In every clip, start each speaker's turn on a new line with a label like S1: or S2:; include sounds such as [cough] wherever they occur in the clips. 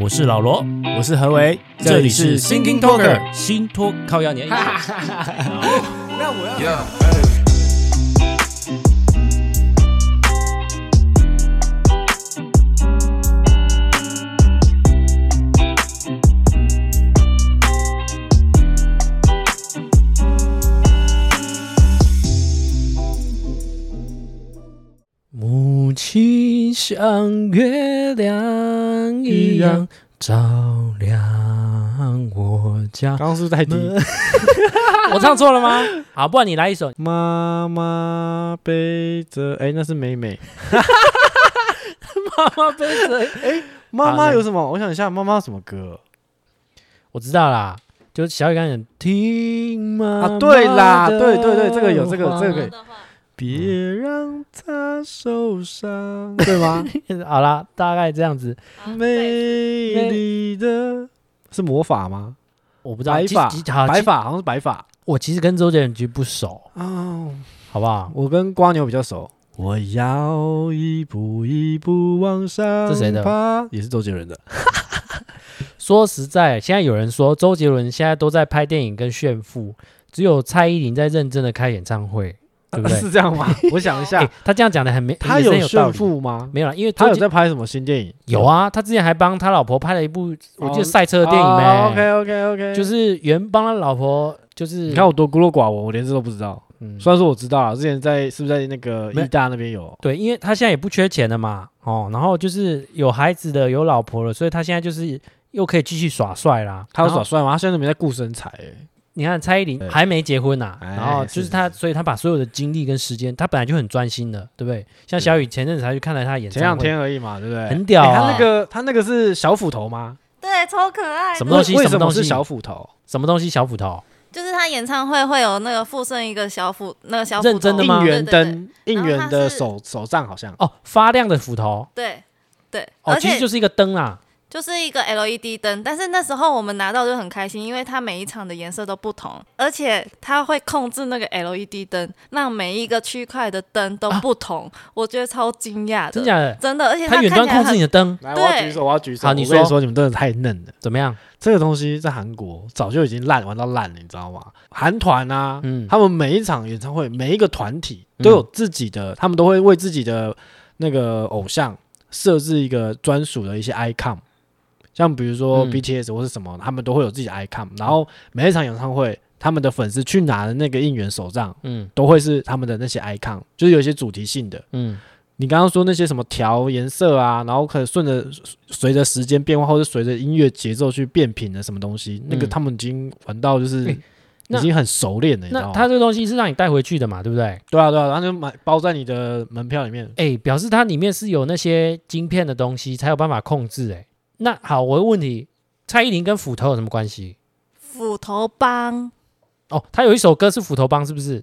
S1: 我是老罗，
S2: 我是何为，这里是 Thinking Talker。
S1: 新托靠压年。
S2: 那我要
S3: Yeah,
S1: [laughs] 母亲像月亮一样照亮我家。
S2: [laughs] 刚刚是不是太低？
S1: [laughs] 我唱错了吗？好，不然你来
S2: [laughs]
S1: 一首。
S2: 妈妈背着，哎，那是美美。
S1: 妈妈背着，
S2: 妈
S1: 好
S2: 妈
S1: 那
S2: 有什么？我想一下，妈妈有什么歌？
S1: 我知道啦，就是小雨刚讲听妈妈
S2: 啊，对啦，
S1: 的
S2: 对对对，这个有，这
S1: 话
S2: 个这个可以。
S4: 的话，
S2: 别让她受伤， [laughs] 对吗？
S1: 好啦，大概这样子，
S4: 好啊对
S2: 美丽的，啊是魔法吗？
S1: 我不知道。
S2: 白发
S1: 其实，好
S2: 白
S1: 其实
S2: 发好像是白发。
S1: 我其实跟周杰伦局不熟，
S2: 哦，
S1: 好不好？
S2: 我跟瓜牛比较熟。我要一步一步往上
S1: 这谁的
S2: 爬？也是周杰伦的。
S1: 说实在，现在有人说周杰伦现在都在拍电影跟炫富，只有蔡依林在认真的开演唱会，对不对？
S2: [laughs] 是这样 [laughs] 吗？我想一
S1: 哎、
S2: 下，
S1: 他这样讲的很没，
S2: 啊他
S1: 也是很有道
S2: 炫
S1: 理。
S2: 富吗？
S1: 没有啦，因为
S2: 他有
S1: 周杰
S2: 在拍什么新电影？
S1: 有啊，他之前还帮他老婆拍了一部，我记得
S2: 哦
S1: 赛车的电影呗、
S2: OK OK OK，
S1: 就是原帮他老婆，就是
S2: 你看我多孤陋寡闻，我连这都不知道。
S1: 嗯
S2: 虽然说我知道啊，之前在是不是在那个
S1: 没
S2: 意大那边有？
S1: 对，因为他现在也不缺钱了嘛，哦，然后就是有孩子的，有老婆了，所以他现在就是又可以继续耍帅啦。
S2: 他有
S1: 然后
S2: 耍帅吗？他现在没在顾身材、欸，
S1: 你看蔡依林
S2: 对
S1: 还没结婚呐、
S2: 哎
S1: 然后就是是她，所以她把所有的精力跟时间，她本来就很专心的，对不对？像小雨前阵子才去看了她的演唱
S2: 前
S1: 会，
S2: 两天而已嘛，对不对？
S1: 很屌
S2: 欸
S1: 啊
S2: 他那个他那个是小斧头吗？
S4: 对，超可爱的。
S1: 什么东西
S2: 为
S1: 什么
S2: 什
S1: 东
S2: 么
S1: 西
S2: 是小斧头？
S1: 什么东西小斧头，
S4: 就是他演唱会会有那个附赠一个小斧，那个小斧头
S1: 认真的吗
S2: 应援，
S4: 对对对
S2: 灯，应援
S4: 然后
S2: 的
S4: 他是
S2: 手手杖好像。
S1: 哦，发亮的斧头，
S4: 对对，
S1: 哦，
S4: 而
S1: 其实
S4: 且
S1: 就是一个灯啊，
S4: 就是一个 LED 灯，但是那时候我们拿到就很开心，因为它每一场的颜色都不同，而且它会控制那个 LED 灯，让每一个区块的灯都不同，
S2: 啊
S4: 我觉得超惊讶的，
S1: 真假的？
S4: 真的，而且
S1: 他
S4: 看
S1: 远
S4: 起来
S1: 端控制
S4: 很
S1: 你的灯
S2: 来，我要
S4: 对
S2: 举手，我要举手。
S1: 好
S2: 我
S1: 你
S2: 跟
S1: 说
S2: 说，你们真的太嫩了。
S1: 怎么样？
S2: 这个东西在韩国早就已经烂玩到烂了，你知道吗？韩团啊，
S1: 嗯
S2: 他们每一场演唱会，每一个团体都有自己的，他们都会为自己的那个偶像设置一个专属的一些 icon，像比如说
S1: 嗯
S2: BTS 或是什么，他们都会有自己的 icon，然后每一场演唱会，他们的粉丝去拿的那个应援手杖，
S1: 嗯
S2: 都会是他们的那些 icon，就是有一些主题性的。
S1: 嗯，
S2: 你刚刚说那些什么调颜色啊，然后可以顺着随着时间变化，或者随着音乐节奏去变频的什么东西，那个他们已经玩到就是、
S1: 嗯诶那
S2: 已经很熟练了，你知道
S1: 那
S2: 吗？
S1: 他这个东西是让你带回去的嘛，对不对？
S2: 对啊对啊，然后就买包在你的门票里面。
S1: 哎、表示它里面是有那些晶片的东西才有办法控制、哎，那好，我的问题，蔡依林跟斧头有什么关系？
S4: 斧头帮，
S1: 哦，他有一首歌是斧头帮，是不是？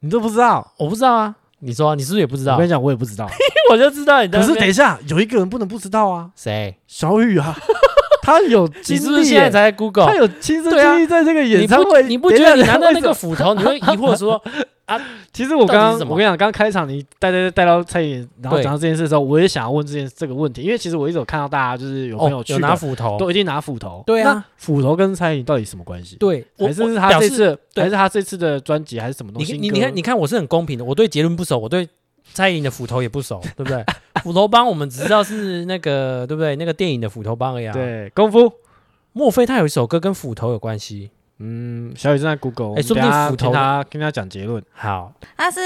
S2: 你都不知道？
S1: 我不知道啊，你说啊你是不是也不知道？
S2: 我跟你讲，我也不
S1: [laughs]
S2: 知道。
S1: 我就知道你在
S2: 可
S1: 那
S2: 是
S1: 边。
S2: 等一下，有一个人不能不知道啊，
S1: 谁？
S2: 小雨
S1: [laughs]
S2: 啊，他有
S1: 你
S2: 经
S1: 是不是
S2: 历
S1: 现在
S2: 耶，
S1: 才在
S2: 他
S1: Google？
S2: 有亲身
S1: 对啊
S2: 经历在这个
S1: 你
S2: [laughs] 演唱
S1: 不
S2: 会。
S1: 你不觉
S2: 等一下
S1: 得你拿到那？
S2: 等一
S1: 个
S2: 下
S1: 斧头，你会疑惑
S2: [laughs]
S1: 说，哦
S2: 其实我
S1: 到底
S2: 刚
S1: 是什
S2: 刚
S1: 么
S2: 我跟你讲，刚开场你带带带到蔡依林，然后
S1: 对
S2: 讲到这件事的时候，我也想要问这件这个问题，因为其实我一直有看到大家就是有朋友
S1: 哦，
S2: 去
S1: 有
S2: 的
S1: 拿斧头？
S2: 都一定拿斧头，
S1: 对啊，
S2: 斧头跟蔡依林到底什么关系？，
S1: 对，我
S2: 还是是
S1: 我
S2: 他
S1: 表
S2: 这
S1: 示
S2: 次
S1: 对
S2: 还是他这次的专辑还是什么东
S1: 你
S2: 西？
S1: 你你看你看，我是很公平的，我对杰伦不熟，我对蔡依林的斧头也不熟，对不对？ [laughs] 斧头帮我们只知道是那个，对不对？那个电影的斧头帮而已啊。，
S2: 对功夫，
S1: 莫非他有一首歌跟斧头有关系？
S2: 嗯，小雨正在 Google，我
S1: 哎
S2: 们
S1: 说不
S2: 等
S1: 定
S2: 下
S1: 斧头
S2: 听他跟他讲结论，
S1: 好，
S4: 它是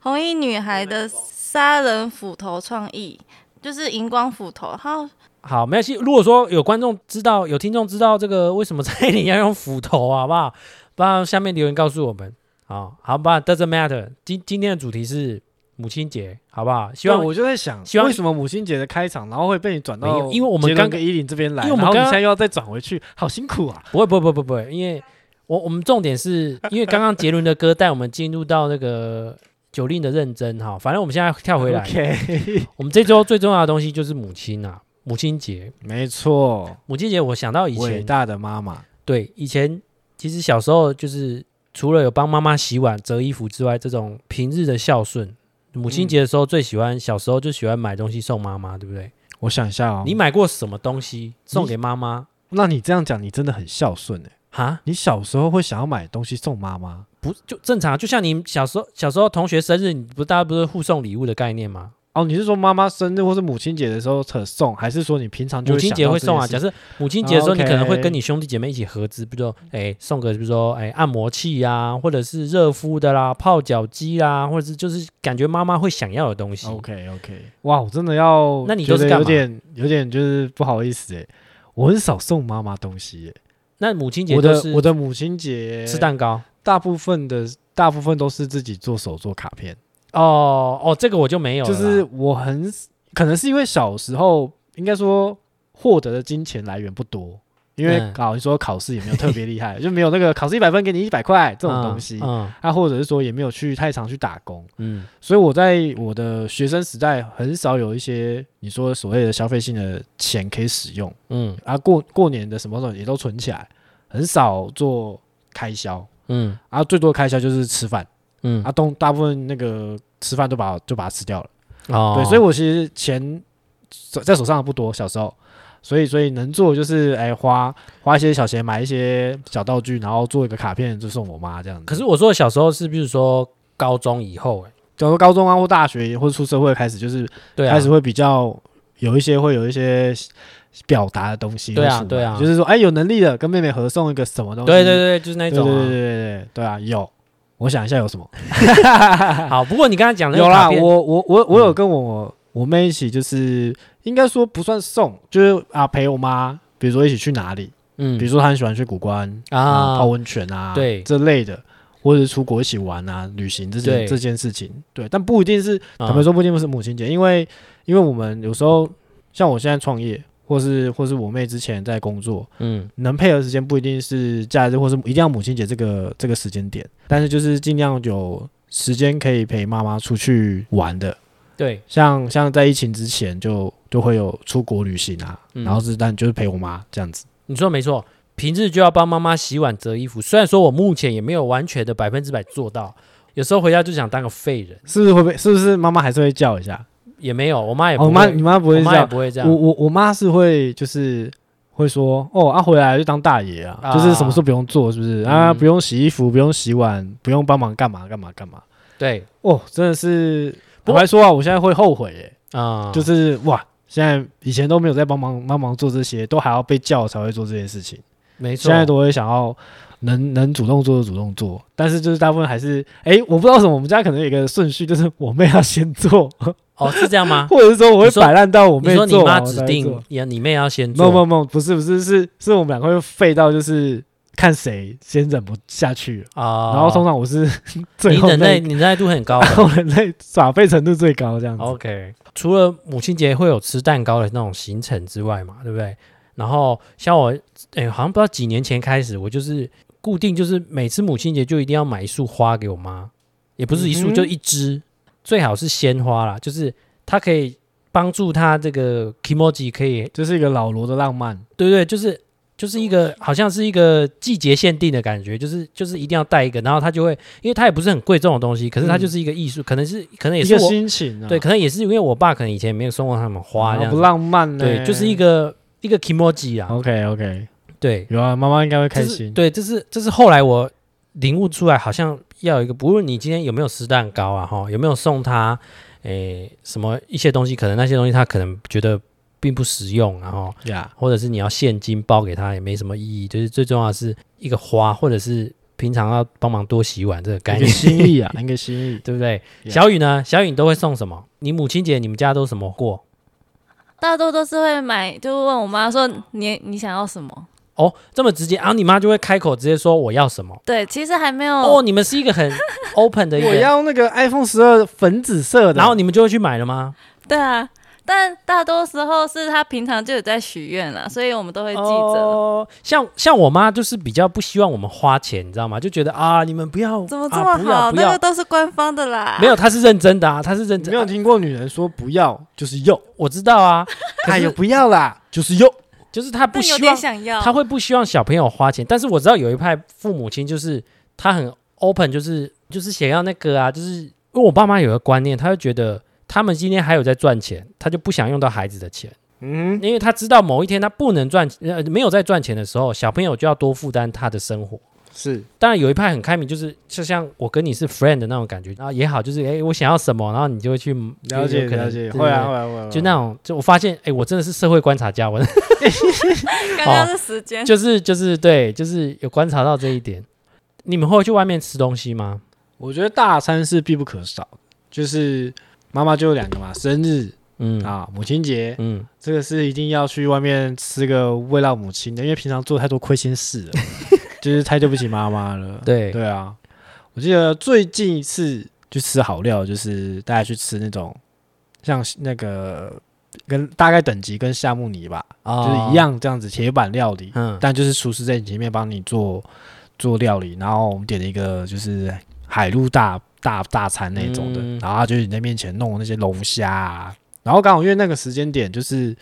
S4: 红衣女孩的杀人斧头创意，就是荧光斧头，它
S1: 好，没关系。如果说有观众知道、有听众知道这个为什么 [laughs] 蔡依林要用斧头，好不好？不然下面留言告诉我们。好，好吧，doesn't matter 今。今天的主题是母亲节，好不好？希
S2: 对
S1: 望
S2: 我就在想
S1: 希，望
S2: 为什么母亲节的开场，然后会被你转
S1: 没
S2: 到
S1: 有因为我们
S2: 杰伦
S1: 刚
S2: 跟依林这边来，
S1: 因为我们
S2: 然后你
S1: 刚
S2: 现在又要再转回去，好辛苦啊！
S1: 不会，不会，不会，不会不会，因为我我们重点是因为刚刚杰伦的歌带我们进入到那个九令的认真哈。反正我们现在跳回来 [laughs]
S2: OK，
S1: 我们这周最重要的东西就是母亲啊，母亲节。
S2: 没错，
S1: 母亲节，我想到以
S2: 伟
S1: 前
S2: 大的妈妈，
S1: 对，以前其实小时候就是除了有帮妈妈洗碗、折衣服之外，这种
S2: 嗯
S1: 平日的孝顺，母亲节的时候最喜欢，小时候就喜欢买东西送妈妈，对不对？
S2: 我想一下哦，
S1: 你买过什么东西送给妈妈？
S2: 那你这样讲，你真的很孝顺哎、
S1: 哈，
S2: 你小时候会想要买东西送妈妈？
S1: 不就正常？啊就像你小时候小时候同学生日，你不大家不是互送礼物的概念吗？
S2: 哦，你是说妈妈生日或是母亲节的时候才送，还是说你平常就
S1: 母亲节
S2: 会
S1: 会
S2: 想
S1: 送
S2: 到
S1: 啊。
S2: 这件
S1: 假
S2: 事
S1: 设母亲节的时候，
S2: 啊
S1: 你
S2: ，OK
S1: 可能会跟你兄弟姐妹一起合资，比如说，哎，送个比如说，哎，按摩器啊，或者是热敷的啦，泡脚机啦，或者是就是感觉妈妈会想要的东西。
S2: OK OK，哇，我真的要，
S1: 那你都是干
S2: 有
S1: 嘛
S2: 点有点就是不好意思哎、我很少送妈妈东西、
S1: 那母亲
S2: 欸，
S1: 节
S2: 我
S1: 就
S2: 的
S1: 是
S2: 我的母亲节
S1: 吃蛋糕。
S2: 大部分的大部分都是自己做手做卡片，
S1: 哦哦，这个我就没有了
S2: 就
S1: 啦，
S2: 是我很可能是因为小时候应该说获得的金钱来源不多，因为
S1: 嗯
S2: 考你说考试也没有特别
S1: [laughs]
S2: 厉害，就没有那个考试一百分给你一百块这种东西，
S1: 嗯
S2: 啊，或者是说也没有去太常去打工，
S1: 嗯
S2: 所以我在我的学生时代很少有一些你说所谓的消费性的钱可以使用
S1: 嗯
S2: 啊，过过年的什么时候也都存起来，很少做开销
S1: 嗯
S2: 啊，最多的开销就是吃饭。
S1: 嗯
S2: 啊，东大部分那个吃饭都把就把它吃掉了。
S1: 哦，
S2: 对，所以我其实钱手在手上的不多，小时候，所以所以能做的就是哎花花一些小钱买一些小道具，然后做一个卡片就送我妈这样子。
S1: 可是我说的小时候是，比如说高中以后、欸，
S2: 假如高中啊或大学或者出社会开始，就是
S1: 对啊
S2: 开，始会比较有一些会有一些表达的东西会
S1: 对
S2: 出
S1: 啊
S2: 来。
S1: 对啊
S2: 就是说哎有能力的跟妹妹合送一个什么东西。
S1: 对对对，就是那
S2: 对对
S1: 种、啊。
S2: 对对对对对啊有。我想一下有什么。
S1: 好，不过你刚才讲那个
S2: 有
S1: 卡
S2: 啦，
S1: 片
S2: 我我我我有跟我、我妹一起，就是应该说不算送，就是啊陪我妈，比如说一起去哪里，
S1: 嗯，
S2: 比如说她很喜欢去古关啊、
S1: 啊
S2: 泡，温泉啊，
S1: 对
S2: 这类的，或者是出国一起玩啊、旅行这件
S1: 对
S2: 这件事情，对，但不一定是
S1: 啊
S2: 坦白说不一定是母亲节，因为因为我们有时候像我现在创业，或是或是我妹之前在工作，
S1: 嗯
S2: 能配合时间不一定是假日，或是一定要母亲节这个这个时间点，但是就是尽量有时间可以陪妈妈出去玩的，
S1: 对，
S2: 像像在疫情之前就就会有出国旅行啊，
S1: 嗯
S2: 然后是但就是陪我妈这样子，
S1: 你说的没错。平日就要帮妈妈洗碗、折衣服，虽然说我目前也没有完全的百分之百做到，有时候回家就想当个废人，
S2: 是不是会被是不是妈妈还是会叫一下？
S1: 也没有，我妈也哎
S2: 哦
S1: 不
S2: 我
S1: 会，
S2: 妈你妈不
S1: 我
S2: 会
S1: 妈也
S2: 叫，
S1: 不会这样
S2: 我，我我妈是会就是。会说哦啊，回来就当大爷啊，
S1: 啊
S2: 就是什么事不用做，是不是啊？
S1: 嗯
S2: 不用洗衣服，不用洗碗，不用帮忙干嘛干嘛干嘛。
S1: 对
S2: 哦，真的是，
S1: 不过
S2: 坦白说啊，我现在会后悔耶、
S1: 啊，
S2: 就是哇，现在以前都没有在帮忙帮忙做这些，都还要被叫才会做这些事情。
S1: 没错，
S2: 现在都会想要能能主动做就主动做，但是就是大部分还是哎、我不知道为什么，我们家可能有一个顺序，就是我妹要先做， [laughs]
S1: 哦是这样吗？
S2: 或者是说我会
S1: 你说
S2: 摆烂到 [laughs] 我
S1: 你
S2: 妹
S1: 说你
S2: 做
S1: 妈
S2: 完我
S1: 指
S2: 才会做
S1: 定。也你妹要先
S2: 没有没有
S1: 做，
S2: 没有，不是不是是是我们两个会废到就是看谁先忍不下去了，
S1: 啊，
S2: 然后通常
S1: [laughs]
S2: 我是最
S1: 你
S2: 后
S1: 忍耐
S2: 那 [laughs]
S1: 你忍耐度很高的，
S2: 后人类耍废程度最高这样子。
S1: OK，除了母亲节会有吃蛋糕的那种行程之外嘛，对不对？然后像我，哎，好像不知道几年前开始，我就是固定就是每次母亲节就一定要买一束花给我妈，也不是一束，
S2: 嗯哼
S1: 就一支，最好是鲜花啦，就是它可以帮助她这个 emoji 可以，
S2: 就是一个老罗的浪漫，
S1: 对对，就是就是一个好像是一个季节限定的感觉，就是就是一定要带一个，然后她就会，因为它也不是很贵这种东西，可是它
S2: 嗯
S1: 就是一个艺术，可能是可能也
S2: 一
S1: 是
S2: 个
S1: 我
S2: 心情啊，
S1: 对，可能也是因为我爸可能以前没有送过他们花
S2: 啊
S1: 这样
S2: 不
S1: 子，
S2: 浪漫欸呢、
S1: 对，就是一个一个 emoji 啊，
S2: OK OK，
S1: 对，
S2: 有啊，妈妈应该会
S1: 这
S2: 开
S1: 是
S2: 心。
S1: 对，这是这是后来我领悟出来，好像要有一个，不论你今天有没有吃蛋糕啊，哈，有没有送他，诶、什么一些东西，可能那些东西他可能觉得并不实用、啊，然后
S2: 呀，
S1: 或者是你要现金包给他也没什么意义，就是最重要的是一个花，或者是平常要帮忙多洗碗这个概
S2: 一个
S1: 念，
S2: 心意啊，一个心意。
S1: [laughs] 对不对？
S2: Yeah
S1: 小雨呢？小雨你都会送什么？你母亲节你们家都什么过？
S4: 大多都是会买，就问我妈说你你想要什么？
S1: 哦，这么直接，然后你妈就会开口直接说我要什么。
S4: 对，其实还没有
S1: 哦，你们是一个很 open 的一
S2: 我
S1: 个，
S2: 要那个 iPhone 十二粉紫色的，
S1: 然后你们就会去买了吗？
S4: 对啊，但大多时候是他平常就有在许愿了，所以我们都会记着。
S1: 哦，像像我妈就是比较不希望我们花钱，你知道吗？就觉得啊，你们不要，
S4: 怎么这
S1: 啊
S4: 么
S1: 不
S4: 好？
S1: 要不
S4: 那个
S1: 要。
S4: 都是官方的啦。
S1: 没有，她是认真的啊，她是认
S2: 你
S1: 真。
S2: 没有
S1: 啊
S2: 听过女人说不要就是要，
S1: 我知道啊，可是
S2: 哎呦不要啦，就是要。
S1: 就是她不
S4: 但有
S1: 希
S4: 点
S1: 望，
S4: 想要。
S1: 她会不希望小朋友花钱。但是我知道有一派父母亲就是他很 open，就是就是想要那个啊，就是因为我爸妈有个观念，他就觉得他们今天还有在赚钱，他就不想用到孩子的钱。
S2: 嗯
S1: 因为他知道某一天他不能赚，呃，没有在赚钱的时候，小朋友就要多负担他的生活。
S2: 哼，是
S1: 当然有一派很开明，就是就像我跟你是 friend 的那种感觉，然后也好，就是哎、诶我想要什么，然后你就会去
S2: 了解
S1: 有可能
S2: 了解，
S1: 对对
S2: 会啊
S1: 对
S2: 会啊会啊，
S1: 就那种，就我发现，哎、我真的是社会观察家，我
S4: 刚刚是时 [laughs] 间，
S1: 哦就是就是对，就是有观察到这一点。你们会去外面吃东西吗？
S2: 我觉得大餐是必不可少，就是妈妈就有两个嘛，生日
S1: 嗯
S2: 啊、母亲节，
S1: 嗯，
S2: 这个是一定要去外面吃个慰劳母亲的，因为平常做太多亏心事了， [laughs] 就是太对不起妈妈了。
S1: 对，
S2: 对啊，我记得最近一次去吃好料，就是大家去吃那种像那个跟大概等级跟夏目尼吧，
S1: 哦
S2: 就是一。样这样子铁板料理，
S1: 嗯，
S2: 但就是厨师在你前面帮你做做料理，然后我们点了一个就是海陆大大大餐那种的，
S1: 嗯
S2: 然后他就你在面前弄那些龙虾、啊，然后刚好因为那个时间点就是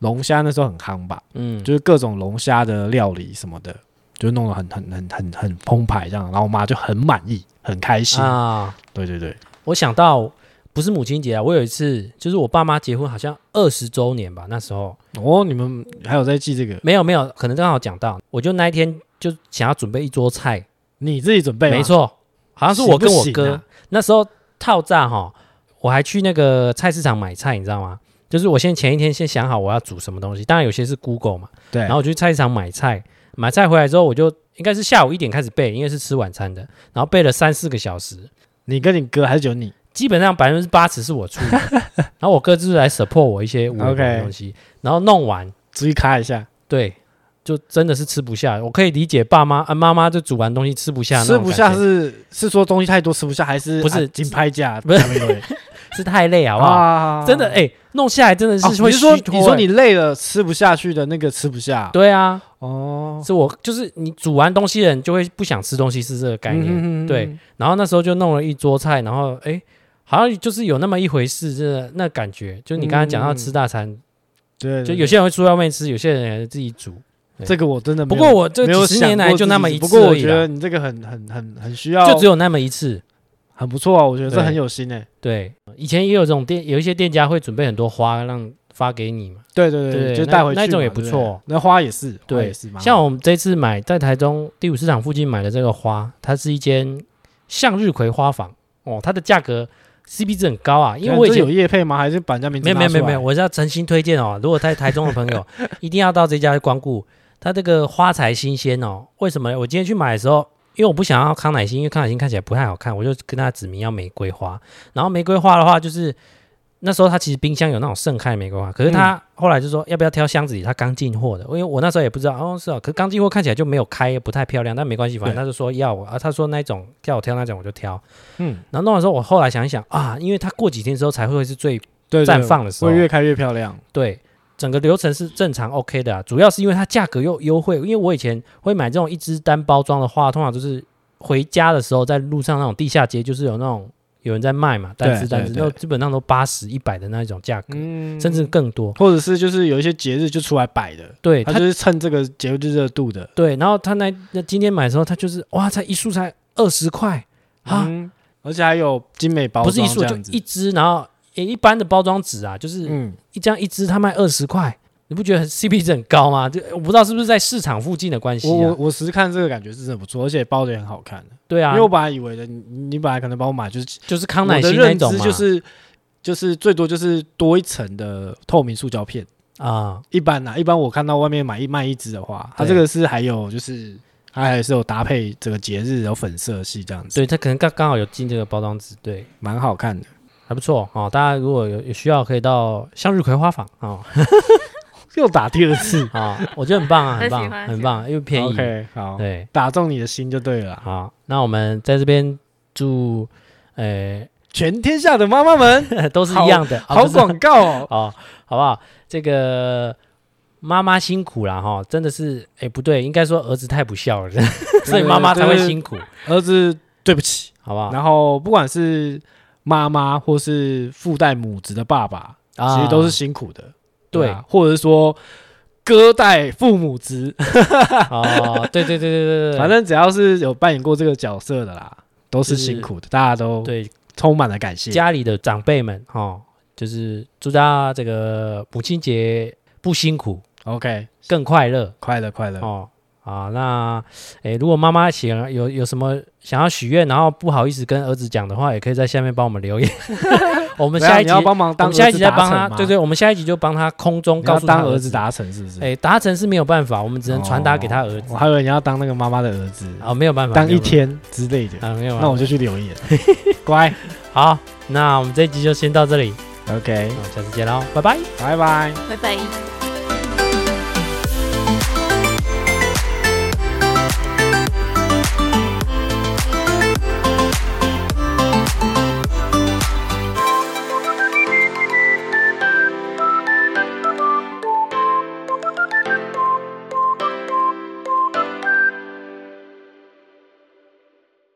S2: 龙虾那时候很夯吧，
S1: 嗯，
S2: 就是各种龙虾的料理什么的，就弄得很很很很很澎湃这样，然后我妈就很满意，很开心，
S1: 啊，
S2: 对对对，
S1: 我想到不是母亲节啊，我有一次就是我爸妈结婚好像二十周年吧，那时候
S2: 哦，你们还有在记这个，
S1: 没有没有，可能刚好讲到，我就那一天就想要准备一桌菜，
S2: 你自己准备吗
S1: 没，错，好像是我跟我哥、
S2: 啊行不行啊
S1: 那时候套炸哈，我还去那个菜市场买菜，你知道吗？就是我先前一天先想好我要煮什么东西，当然有些是 Google 嘛，
S2: 对，
S1: 然后我去菜市场买菜，买菜回来之后我就应该是下午一点开始备，因为是吃晚餐的，然后备了三四个小时，
S2: 你跟你哥还是只有你，
S1: 基本上百分之八十是我出
S2: [laughs]
S1: 的，然后我哥就是来 support 我一些无聊的
S2: OK
S1: 东西然后弄完，
S2: 注意咔一下，
S1: 对，就真的是吃不下。我可以理解爸妈啊，妈妈就煮完东西吃不下那
S2: 吃
S1: 种感
S2: 不
S1: 觉，
S2: 下是是说东西太多吃不下，还是
S1: 不是
S2: 啊紧拍价？
S1: 不是
S2: 下面
S1: [laughs]
S2: 有人
S1: 是太累，好不好？
S2: 啊
S1: 真的哎、弄下来真的
S2: 哦
S1: 是会
S2: 你是说
S1: 虚脱
S2: 你说
S1: 哎
S2: 你累了吃不下去的那个吃不下？
S1: 对啊，
S2: 哦，
S1: 是我就是你煮完东西的人就会不想吃东西，是这个概念。
S2: 嗯
S1: 对，然后那时候就弄了一桌菜，然后哎、好像就是有那么一回事，真的那感觉，就是你刚刚讲到
S2: 嗯
S1: 吃大餐，
S2: 对，
S1: 就
S2: 对
S1: 有些人会出外面吃，有些人自己煮。
S2: 对这个我真的
S1: 不
S2: 没有
S1: 过我这
S2: 没有
S1: 几十年
S2: 想
S1: 来
S2: 过
S1: 就
S2: 自
S1: 那
S2: 己
S1: 么一次
S2: 不过我
S1: 而已
S2: 觉
S1: 啦
S2: 得你这个很很很很需要，
S1: 就只有那么一次。
S2: 很不错啊，我觉得这
S1: 对
S2: 很有心诶。
S1: 对，以前也有这种店，有一些店家会准备很多花让发给你嘛。
S2: 对对
S1: 对
S2: 就
S1: 那
S2: 带回去
S1: 那种
S2: 嘛
S1: 也不
S2: 对
S1: 错
S2: 那花也是，花
S1: 对
S2: 也是蛮好
S1: 像我们这次买在台中第五市场附近买的这个花，它是一间向日葵花坊哦，它的价格 CP 值很高啊，因为
S2: 对
S1: 我以
S2: 这有
S1: 前。
S2: 叶配吗？还是把人家名字
S1: 没有没有
S2: 拿
S1: 没
S2: 出
S1: 有没有，
S2: 来
S1: 我是要诚心推荐哦，如果在台中的朋
S2: [laughs]
S1: 友一定要到这家去光顾，它这个花材新鲜哦。为什么呢？我今天去买的时候，因为我不想要康乃馨，因为康乃馨看起来不太好看，我就跟他指明要玫瑰花。然后玫瑰花的话，就是那时候他其实冰箱有那种盛开的玫瑰花，可是
S2: 嗯
S1: 他后来就说要不要挑箱子里他刚进货的，因为我那时候也不知道哦是哦，可是刚进货看起来就没有开，不太漂亮，但没关系，反正
S2: 对
S1: 他就说要我啊，他说那一种叫我挑那种我就挑。
S2: 嗯，
S1: 然后弄的时候，我后来想一想啊，因为它过几天之后才会是最
S2: 对对
S1: 绽放的时候
S2: 会越开越漂亮。
S1: 对，整个流程是正常 OK 的、啊，主要是因为它价格又优惠。因为我以前会买这种一支单包装的话，通常就是回家的时候在路上那种地下街，就是有那种有人在卖嘛，单
S2: 对
S1: 支单
S2: 对
S1: 支，
S2: 对
S1: 那基本上都八十、一百的那一种价格，
S2: 嗯
S1: 甚至更多。
S2: 或者是就是有一些节日就出来摆的，
S1: 对
S2: 他
S1: 它
S2: 就是趁这个节日热度的
S1: 对，然后他那那今天买的时候，他就是哇，才一束才二十块啊，
S2: 嗯，而且还有精美包
S1: 不是一
S2: 装
S1: 束
S2: 这
S1: 就
S2: 样子，
S1: 一支，然后也一般的包装纸啊，就是
S2: 嗯，
S1: 一这样一支，它卖二十块。你不觉得很 CP 值很高吗？就我不知道是不是在市场附近的关系
S2: 我我
S1: 啊？
S2: 我实看这个感觉是真的不错，而且包的也很好看，
S1: 对啊，
S2: 因为我本来以为的，你你本来可能帮我买就是
S1: 就是康乃
S2: 我的
S1: 馨那
S2: 认
S1: 种啊
S2: 知
S1: 嘛，
S2: 就是就是最多就是多一层的透明塑胶片，
S1: 啊、
S2: 一般呐、一般我看到外面买一卖一支的话，它
S1: 对
S2: 这个是还有就是它还是有搭配这个节日有粉色系这样子，
S1: 对，它可能刚刚好有进这个包装纸，对，
S2: 蛮好看的。
S1: 还不错哦。大家如果有有需要，可以到向日葵花坊哦
S2: 又打第二次 [laughs]
S1: 啊、我觉得很棒啊，很
S4: 很喜
S1: 棒，
S4: 欢
S1: 很棒，又便宜。
S2: ，OK，好，
S1: 对，
S2: 打中你的心就对了。
S1: 好，那我们在这边祝，呃， [laughs]
S2: 全天下的妈妈们，
S1: 都是一样的，啊
S2: 好
S1: 不是！
S2: 广告哦
S1: [laughs] 哦，好不好？这个妈妈辛苦啦，哈，真的是，哎，不对，应该说儿子太不孝了， [laughs] 所以妈妈才会辛苦，
S2: 儿子，对不起。
S1: 好不好？
S2: 然后不管是妈妈或是附带母职的爸爸，
S1: 啊
S2: 其实都是辛苦的。
S1: 对
S2: 啊，或者是说哥带父母职，
S1: 哦，对对对对对对，
S2: 反正只要是有扮演过这个角色的啦，都是
S1: 就是
S2: 辛苦的，大家都
S1: 对
S2: 充满了感谢。
S1: 家里的长辈们哦，就是祝大家这个母亲节不辛苦，
S2: OK，
S1: 更快乐
S2: 快乐快乐，
S1: 哦。啊，那诶，如果妈妈想有有什么想要许愿，然后不好意思跟儿子讲的话，也可以在下面帮我们留
S2: [laughs]
S1: 言。我
S2: 我
S1: 们下一集，
S2: 啊要帮忙
S1: 我
S2: 当
S1: 们
S2: 儿
S1: 下一
S2: 子
S1: 集再
S2: 达
S1: 帮
S2: 成
S1: 他，
S2: 吗
S1: 对对，我们下一集就帮他空中
S2: 你要
S1: 告诉他
S2: 当儿子达成是不是？
S1: 哎，达成是没有办法，我们只能传达给他儿子
S2: 我还以为你要当那个妈妈的儿子，
S1: 啊，没有办法，
S2: 哦当
S1: 没有
S2: 一
S1: 办
S2: 天之类的，
S1: 法啊，没有办法。
S2: 那我就去留言，乖
S1: 好，那我们这一集就先到这里，
S2: ，OK，
S1: 那我们下次见喽，拜拜。
S2: 拜拜。
S4: 拜拜。